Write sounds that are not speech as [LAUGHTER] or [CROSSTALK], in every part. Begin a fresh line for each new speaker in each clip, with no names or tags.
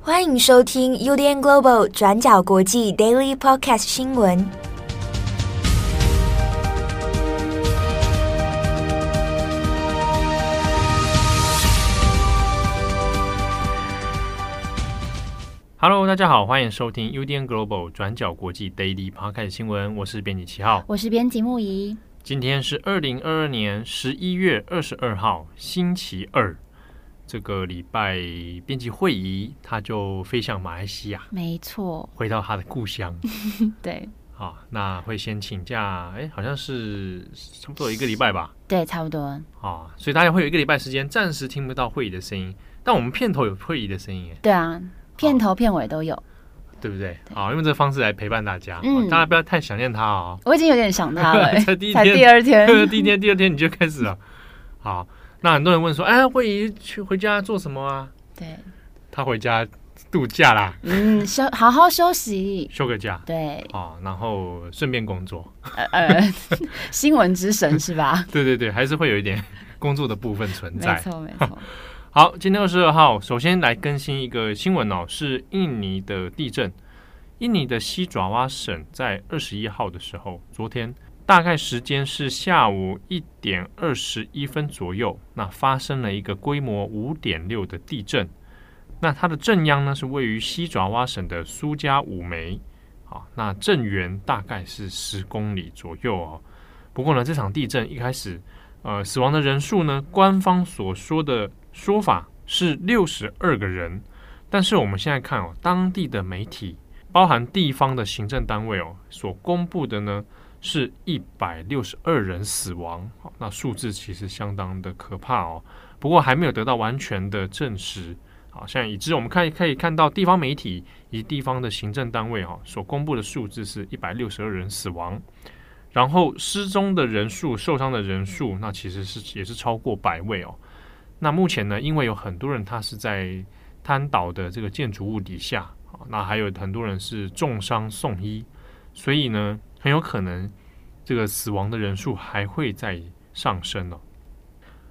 欢迎收听 UDN Global 转角国际 Daily Podcast 新闻。
Hello，大家好，欢迎收听 UDN Global 转角国际 Daily Podcast 新闻，我是编辑七号。
我是编辑木仪。
今天是二零二二年十一月二十二号，星期二。这个礼拜编辑会议，他就飞向马来西亚，
没错，
回到他的故乡。
对
好，那会先请假，哎，好像是差不多有一个礼拜吧。
对，差不多。
啊，所以大家会有一个礼拜时间，暂时听不到会议的声音，但我们片头有会议的声音，哎，
对啊，片头片尾都有。
对不对？好，用这个方式来陪伴大家，
嗯
哦大家不要太想念他哦。
我已经有点想他
[LAUGHS]
[LAUGHS] 了、欸
才第一
才
天
第二天。
第一天、第二天你就开始了。好，那很多人问说，哎，慧仪去回家做什么啊？
[LAUGHS] 对，
他回家度假啦，
嗯，休好好休息。
休个假
对，
啊、然后顺便工作。
呃呃， [LAUGHS] 新闻之神是吧？
对对对，还是会有一点工作的部分存
[LAUGHS] 没
在。
错，没错。
好，今天二十二号，首先来更新一个新闻哦，是印尼的地震。印尼的西爪哇省在二十一号的时候，昨天大概时间是下午一点二十一分左右，那发生了一个规模五点六的地震。那它的震央呢是位于西爪哇省的苏加武梅，啊，那震源大概是十公里左右哦。不过呢，这场地震一开始呃，死亡的人数呢，官方所说的说法是六十二个人，但是我们现在看哦，当地的媒体，包含地方的行政单位哦，所公布的呢是一百六十二人死亡，好那数字其实相当的可怕哦。不过还没有得到完全的证实，好，像以致我们看可以看到地方媒体以及地方的行政单位哈、哦、所公布的数字是一百六十二人死亡。然后失踪的人数、受伤的人数，那其实是也是超过百位哦。那目前呢，因为有很多人他是在瘫倒的这个建筑物底下，啊那还有很多人是重伤送医，所以呢，很有可能这个死亡的人数还会再上升哦。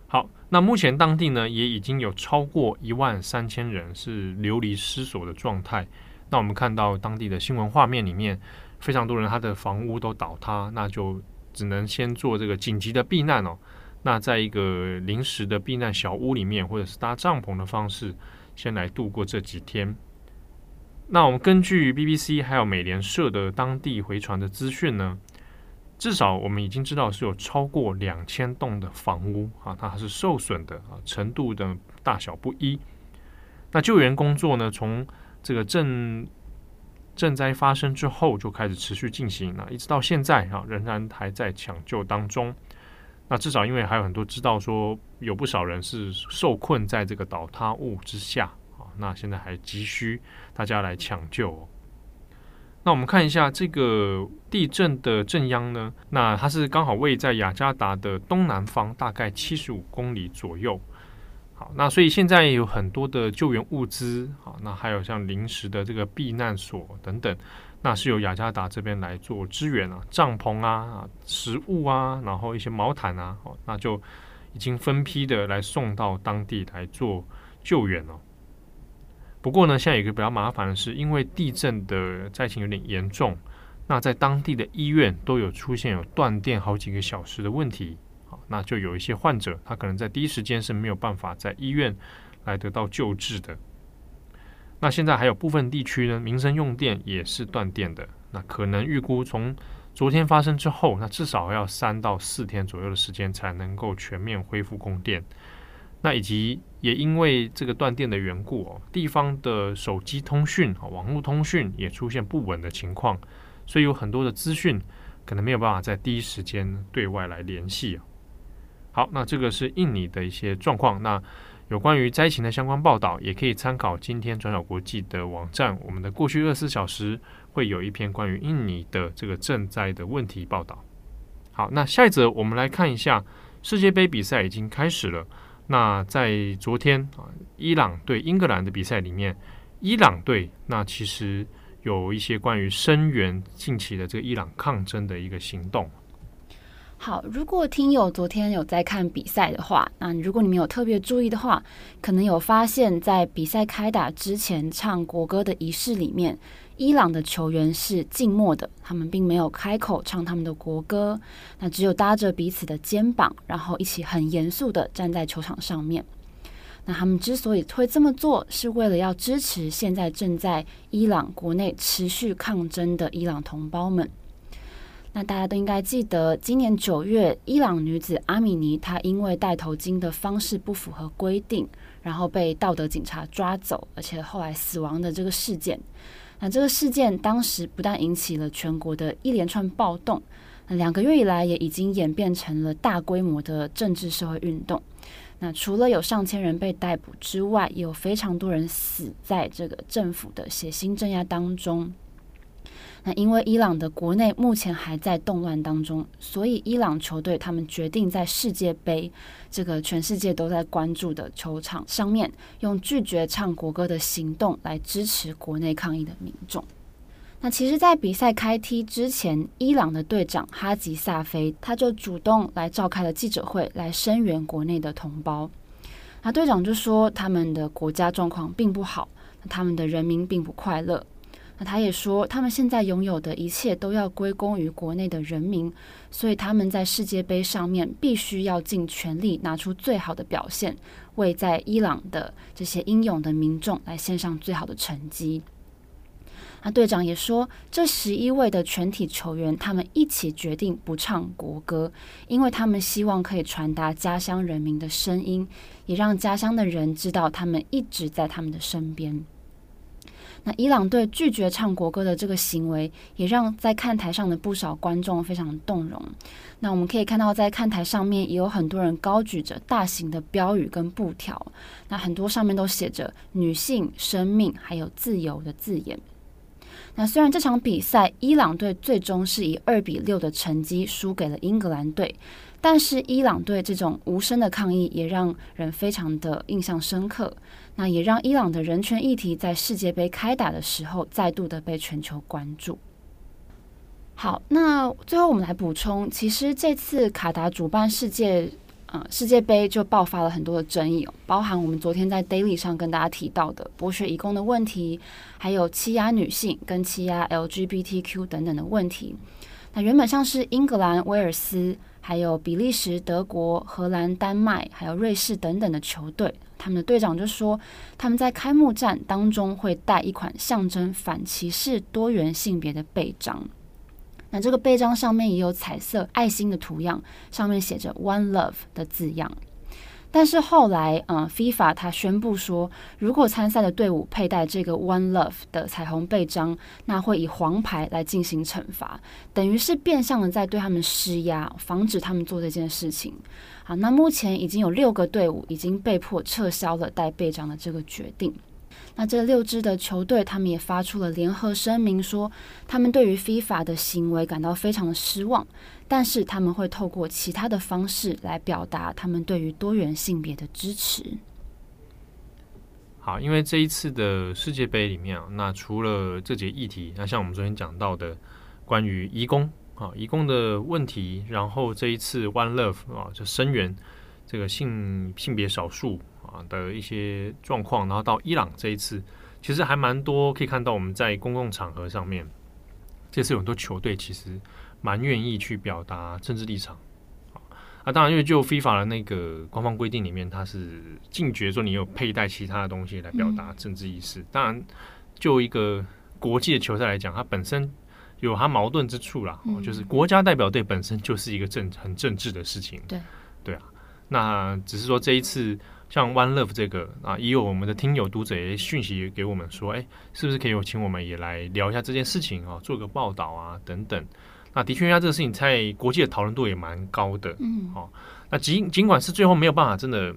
好，那目前当地呢也已经有超过一万三千人是流离失所的状态。那我们看到当地的新闻画面里面，非常多人他的房屋都倒塌，那就只能先做这个紧急的避难哦。那在一个临时的避难小屋里面，或者是搭帐篷的方式，先来度过这几天。那我们根据 BBC 还有美联社的当地回传的资讯呢，至少我们已经知道是有超过两千栋的房屋啊，它是受损的啊，程度的大小不一。那救援工作呢，从这个震震灾发生之后就开始持续进行了，那一直到现在啊，仍然还在抢救当中。那至少因为还有很多知道说有不少人是受困在这个倒塌物之下啊，那现在还急需大家来抢救、哦。那我们看一下这个地震的震央呢，那它是刚好位在雅加达的东南方，大概七十五公里左右。好，那所以现在有很多的救援物资，好，那还有像临时的这个避难所等等，那是由雅加达这边来做支援啊，帐篷啊、啊食物啊，然后一些毛毯啊，哦，那就已经分批的来送到当地来做救援哦。不过呢，现在有一个比较麻烦的是，因为地震的灾情有点严重，那在当地的医院都有出现有断电好几个小时的问题。好，那就有一些患者，他可能在第一时间是没有办法在医院来得到救治的。那现在还有部分地区呢，民生用电也是断电的。那可能预估从昨天发生之后，那至少要三到四天左右的时间才能够全面恢复供电。那以及也因为这个断电的缘故哦，地方的手机通讯、哦、网络通讯也出现不稳的情况，所以有很多的资讯可能没有办法在第一时间对外来联系、哦。好，那这个是印尼的一些状况。那有关于灾情的相关报道，也可以参考今天转角国际的网站。我们的过去二十四小时会有一篇关于印尼的这个赈灾的问题报道。好，那下一则我们来看一下世界杯比赛已经开始了。那在昨天啊，伊朗对英格兰的比赛里面，伊朗队那其实有一些关于声援近期的这个伊朗抗争的一个行动。
好，如果听友昨天有在看比赛的话，那如果你们有特别注意的话，可能有发现，在比赛开打之前唱国歌的仪式里面，伊朗的球员是静默的，他们并没有开口唱他们的国歌，那只有搭着彼此的肩膀，然后一起很严肃的站在球场上面。那他们之所以会这么做，是为了要支持现在正在伊朗国内持续抗争的伊朗同胞们。那大家都应该记得，今年九月，伊朗女子阿米尼她因为戴头巾的方式不符合规定，然后被道德警察抓走，而且后来死亡的这个事件。那这个事件当时不但引起了全国的一连串暴动，那两个月以来也已经演变成了大规模的政治社会运动。那除了有上千人被逮捕之外，也有非常多人死在这个政府的血腥镇压当中。那因为伊朗的国内目前还在动乱当中，所以伊朗球队他们决定在世界杯这个全世界都在关注的球场上面，用拒绝唱国歌的行动来支持国内抗议的民众。那其实，在比赛开踢之前，伊朗的队长哈吉萨菲他就主动来召开了记者会，来声援国内的同胞。那队长就说，他们的国家状况并不好，他们的人民并不快乐。那他也说，他们现在拥有的一切都要归功于国内的人民，所以他们在世界杯上面必须要尽全力拿出最好的表现，为在伊朗的这些英勇的民众来献上最好的成绩。那队长也说，这十一位的全体球员，他们一起决定不唱国歌，因为他们希望可以传达家乡人民的声音，也让家乡的人知道他们一直在他们的身边。那伊朗队拒绝唱国歌的这个行为，也让在看台上的不少观众非常动容。那我们可以看到，在看台上面也有很多人高举着大型的标语跟布条，那很多上面都写着“女性、生命还有自由”的字眼。那虽然这场比赛伊朗队最终是以二比六的成绩输给了英格兰队，但是伊朗队这种无声的抗议也让人非常的印象深刻。那也让伊朗的人权议题在世界杯开打的时候再度的被全球关注。好，那最后我们来补充，其实这次卡达主办世界呃世界杯就爆发了很多的争议、哦，包含我们昨天在 Daily 上跟大家提到的剥削移工的问题，还有欺压女性跟欺压 LGBTQ 等等的问题。那原本像是英格兰、威尔斯、还有比利时、德国、荷兰、丹麦，还有瑞士等等的球队，他们的队长就说，他们在开幕战当中会带一款象征反歧视、多元性别的背章。那这个背章上面也有彩色爱心的图样，上面写着 “One Love” 的字样。但是后来，嗯、呃、，FIFA 它宣布说，如果参赛的队伍佩戴这个 One Love 的彩虹背章，那会以黄牌来进行惩罚，等于是变相的在对他们施压，防止他们做这件事情。好，那目前已经有六个队伍已经被迫撤销了戴背章的这个决定。那这六支的球队，他们也发出了联合声明说，说他们对于 FIFA 的行为感到非常的失望，但是他们会透过其他的方式来表达他们对于多元性别的支持。
好，因为这一次的世界杯里面啊，那除了这节议题，那像我们昨天讲到的关于移工啊、移工的问题，然后这一次 One Love 啊，就声援这个性性别少数。啊的一些状况，然后到伊朗这一次，其实还蛮多可以看到我们在公共场合上面，这次有很多球队其实蛮愿意去表达政治立场啊。啊，当然，因为就 FIFA 的那个官方规定里面，它是禁绝说你有佩戴其他的东西来表达政治意识。嗯、当然，就一个国际的球赛来讲，它本身有它矛盾之处啦，哦、就是国家代表队本身就是一个政很政治的事情。
对
对啊，那只是说这一次。像 One Love 这个啊，也有我们的听友读者也讯息给我们说，哎，是不是可以有请我们也来聊一下这件事情啊，做个报道啊等等。那的确，它这个事情在国际的讨论度也蛮高的，
嗯，
哦，那尽尽管是最后没有办法，真的，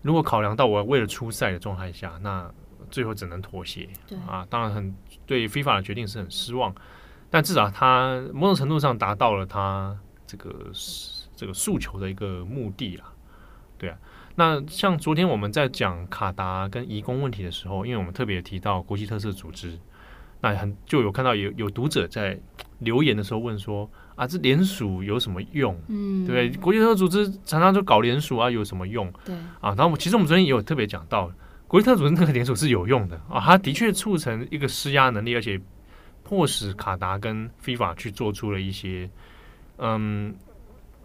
如果考量到我为了出赛的状态下，那最后只能妥协，
对
啊，当然很对 FIFA 的决定是很失望，但至少他某种程度上达到了他这个这个诉求的一个目的啦，对啊。那像昨天我们在讲卡达跟移工问题的时候，因为我们特别提到国际特色组织，那很就有看到有有读者在留言的时候问说啊，这联署有什么用？
嗯，
对不对？国际特赦组织常常就搞联署啊，有什么用
对，
啊？然后我们其实我们昨天也有特别讲到，国际特赦组织那个联署是有用的啊，它的确促成一个施压能力，而且迫使卡达跟 FIFA 去做出了一些，嗯，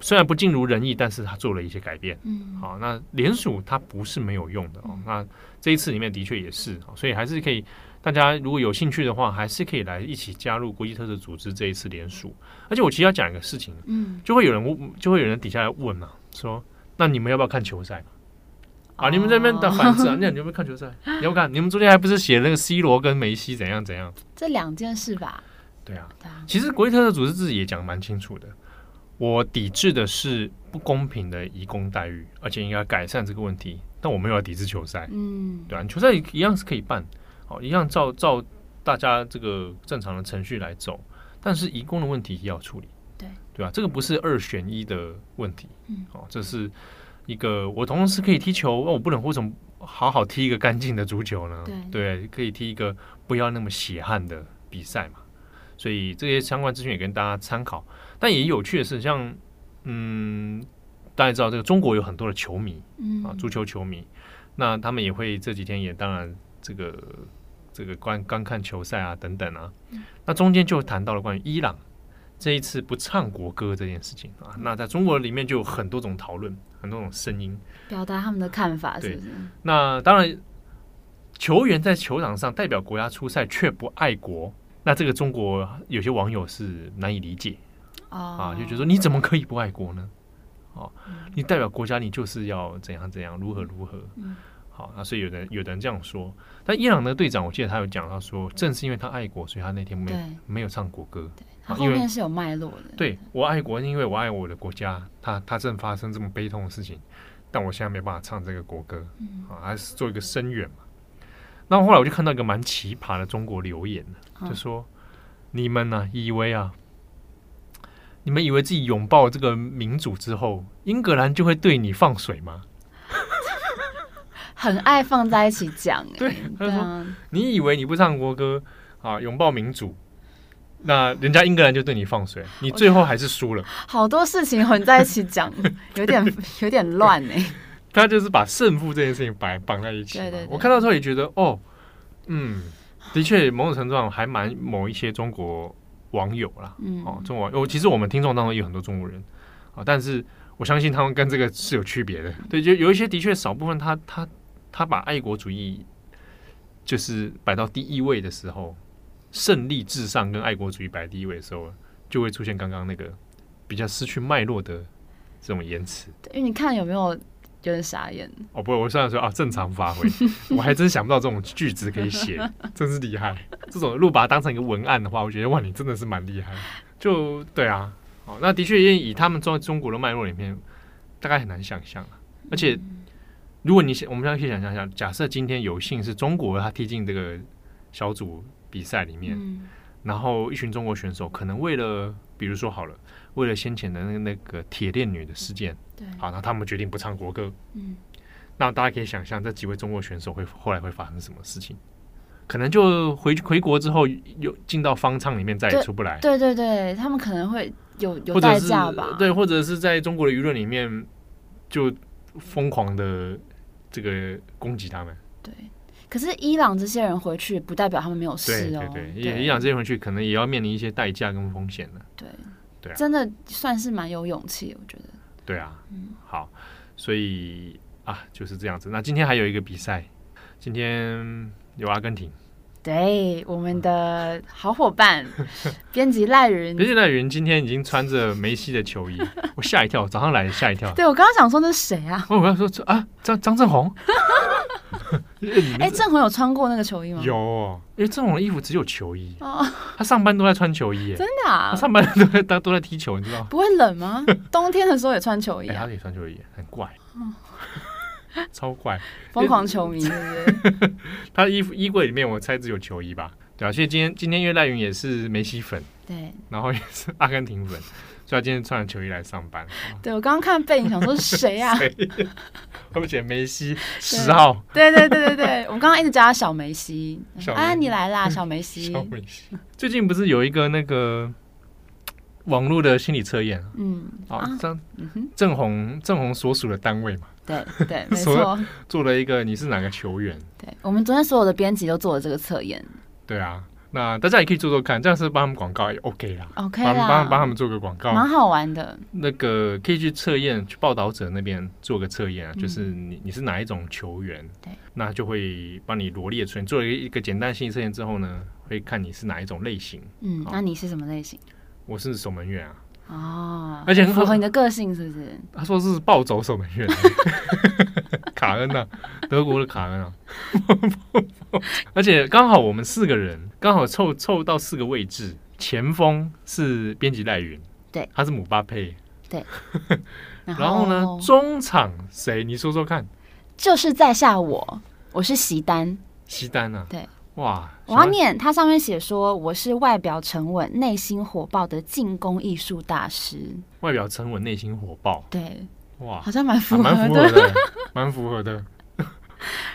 虽然不尽如人意，但是他做了一些改变。
嗯，
好，那联署它不是没有用的哦
嗯。
那这一次里面的确也是，哦所以还是可以，大家如果有兴趣的话，还是可以来一起加入国际特赦组织这一次联署。而且我其实要讲一个事情，
嗯，
就会有人问就会有人底下来问嘛，说那你们要不要看球赛？啊，你们这边的
哦
反制啊，那你有没有看球赛？你要不看？你们昨天还不是写那个 C 罗跟梅西怎样怎样？
这两件事吧，
对啊，
对啊，
其实国际特赦组织自己也讲得蛮清楚的，我抵制的是不公平的移工待遇，而且应该改善这个问题。但我没有要抵制球赛，
嗯，
对啊，球赛一样是可以办，好，一样照照大家这个正常的程序来走，但是移工的问题也要处理，
对
对啊吧、这个不是二选一的问题，
嗯，
哦，这是一个我同时可以踢球，那我不能为什么好好踢一个干净的足球呢？
对
对，可以踢一个不要那么血汗的比赛嘛，所以这些相关资讯也跟大家参考。但也有趣的是，像嗯，大家知道这个中国有很多的球迷，
嗯，
啊，足球球迷，那他们也会这几天也当然这个这个观观看球赛啊等等啊，那中间就谈到了关于伊朗这一次不唱国歌这件事情啊，那在中国里面就有很多种讨论，很多种声音。
表达他们的看法是
对
不是？
那当然，球员在球场上代表国家出赛却不爱国，那这个中国有些网友是难以理解。
哦，
啊，就觉得说你怎么可以不爱国呢？哦，你代表国家，你就是要怎样怎样，如何如何。
嗯
好，那所以有人有人这样说，但伊朗的队长，我记得他有讲到说，正是因为他爱国，所以他那天没有
对，
没有唱国歌。
它
啊
后
因为
面是有脉络的，
对我爱国，因为我爱我的国家。他他正发生这么悲痛的事情，但我现在没办法唱这个国歌，
嗯
啊，还是做一个声援嘛。那后来我就看到一个蛮奇葩的中国留言
嗯
就说你们呢、以为啊，你们以为自己拥抱这个民主之后，英格兰就会对你放水吗？
很爱放在一起讲，哎
对他
对
就说
啊，
你以为你不唱国歌啊，拥抱民主，那人家英格兰就对你放水，你最后还是输了。
好多事情混在一起
[LAUGHS]
讲，有点有点乱哎，
他就是把胜负这件事情摆绑在一起嘛。
对对对
我看到之后也觉得，哦，嗯，的确，某种程度上还蛮某一些中国网友啦，
嗯，
哦，中国网友，哦其实我们听众当中也有很多中国人啊、但是我相信他们跟这个是有区别的。对，就有一些的确少部分他他他把爱国主义就是摆到第一位的时候，胜利至上跟爱国主义摆第一位的时候，就会出现刚刚那个比较失去脉络的这种言辞。
对因为你看有没有有点傻眼，
哦，不，我虽然说啊，正常发挥，我还真想不到这种句子可以写，真是厉害。这种如果把它当成一个文案的话，我觉得哇，你真的是蛮厉害。就对啊，哦，那的确，因为以他们中中国的脉络里面，大概很难想象啊。而且，
嗯
如果你想，我们现在可以想象一下，假设今天有幸是中国他踢进这个小组比赛里面，
嗯，
然后一群中国选手可能为了，比如说好了，为了先前的那个那个铁链女的事件，
对，
好，那他们决定不唱国歌，
嗯，
那大家可以想象，这几位中国选手会后来会发生什么事情？可能就回回国之后，又进到方舱里面再也出不来，
对对对，他们可能会有
哎
有
或者
代
是
价吧，
对，或者是在中国的舆论里面就疯狂的这个攻击他们。
对。可是伊朗这些人回去，不代表他们没有
对
事哦
对。对，也伊朗这些回去可能也要面临一些代价跟风险的。
对
对啊
真的算是蛮有勇气，我觉得。
对啊，
嗯
好，所以啊就是这样子。那今天还有一个比赛，今天有阿根廷，
对，我们的好伙
[LAUGHS]
伴编辑赖云
别。进来云今天已经穿着梅西的球衣， [LAUGHS] 我吓一跳，早上来吓一跳。 [LAUGHS]
对，我刚刚想说那是谁啊？
哦，我要说这啊，张张正宏， [LAUGHS]
哎，郑红有穿过那个球衣吗？
有、哦，因为正宏的衣服只有球衣，
嗯哦，
他上班都在穿球衣耶，
真的啊
他？上班都在都都在踢球，你知道吗？
不会冷吗？冬天的时候也穿球衣
哎、他
啊？
可以穿球衣，很怪，超怪。
哦
[LAUGHS]
疯狂球迷，对不对？
他的衣服衣柜里面，我猜只有球衣吧。对啊，所以今天今天因为赖云也是梅西粉，
对，
然后也是阿根廷粉， [LAUGHS] 所以他今天穿着球衣来上
[LAUGHS]
班。
对我刚刚看背影想说是谁
[LAUGHS]
啊？
对，我们写梅西十号
对对对对对，我们刚刚一直叫他小梅西。
小梅
啊，你来
[LAUGHS]
啦，小梅西。
小梅西。最近不是有一个那个网络的心理测验啊
嗯
啊
啊？
郑
嗯哼，
郑红郑红所属的单位嘛，
对对，没
[LAUGHS] 所
错。
做了一个你是哪个球员？
对我们昨天所有的编辑都做了这个测验
对啊，那大家也可以做做看，这样是帮他们广告也 OK 啦，
，OK
帮帮帮他
啦，
们做个广告，
蛮好玩的。
那个可以去测验，去报道者那边做个测验啊，就是你你是哪一种球员，
嗯对，
那就会帮你罗列出来。你做了一个简单心理测验之后呢，会看你是哪一种类型。
嗯，
好
那你是什么类型？
我是守门员啊，
哦，
而且很
很符
好
合你的个性，是不是？
他说是暴走守门员， [LAUGHS] 卡恩呐、啊，德国的卡恩啊， [LAUGHS] 而且刚好我们四个人刚好凑凑到四个位置，前锋是编辑赖云，
对，
他是姆巴佩，
然
然后呢，中场谁？你说说看，
就是在下我，我是席丹。
西丹啊，
对，
哇，
我要
喜欢
念，它上面写说我是外表沉稳、内心火爆的进攻艺术大师。
外表沉稳，内心火爆，
对，
哇，
好像蛮
啊
符
蛮、
合
符
的。
合的，蛮符合的
[LAUGHS]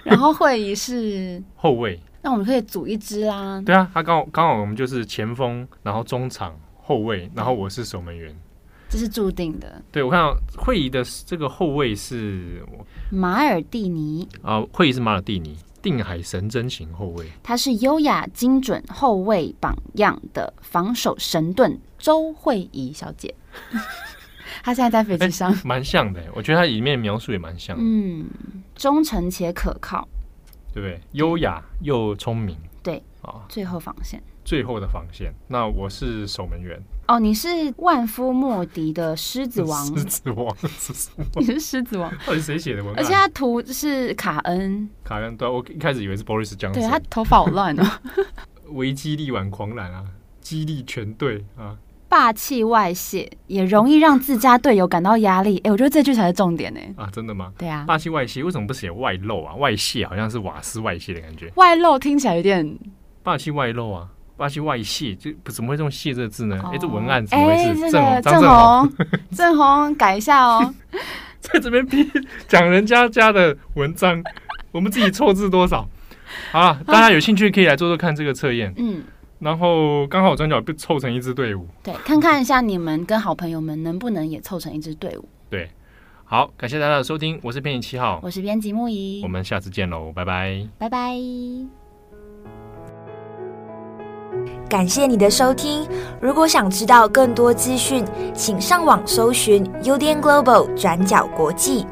然后会议是，
后卫，
那我们可以组一支啦。
对啊，他刚好刚好我们就是前锋，然后中场后卫，然后我是守门员。
这是注定的。
对，我看到会议的这个后卫是
马尔蒂尼，
啊、会议是马尔蒂尼，定海神针型后卫。
他是优雅、精准、后卫榜样的防守神盾周慧仪小姐。 [LAUGHS] 她现在在飞机上。
蛮像的，欸我觉得它里面描述也蛮像的，
嗯，忠诚且可靠，
对不对？优雅又聪明，
对
啊，
最后防线。
最后的防线。那我是守门员，
哦，你是万夫莫敌的狮子
[LAUGHS]
王，
狮子王，狮子王，
[LAUGHS] 你是狮子王，
到底谁写的文案？
而且他图是卡恩，
卡恩，对我一开始以为是 Boris
对他
Johnson，
头发好乱哦，
维基力挽狂澜啊，激励全队啊，
霸气外泄，也容易让自家队友感到压力。哎、我觉得这句才是重点呢。
啊，真的吗？
对啊，
霸气外泄为什么不写外露啊？外泄好像是瓦斯外泄的感觉，
外露听起来有点
霸气外露啊，霸气外泄，这不怎么会用“泄”这个字呢？哎、
哦
这文案怎么回
哎，
事？
这
郑红， [LAUGHS] 张
个郑
正宏
红， [LAUGHS] 郑红改一
[LAUGHS]
下哦。
在这边批讲人家家的文章，我们自己错字多少？好
啊
啦，大家有兴趣可以来做做看这个测验。
嗯，
然后刚好转角被凑成一支队伍，
对，看看一下你们跟好朋友们能不能也凑成一支队伍。
对，好，感谢大家的收听，我是编辑七号，
我是编辑木仪
我，们下次见喽，拜拜。
拜拜。
感谢你的收听。如果想知道更多资讯，请上网搜寻 UDN Global 转角国际。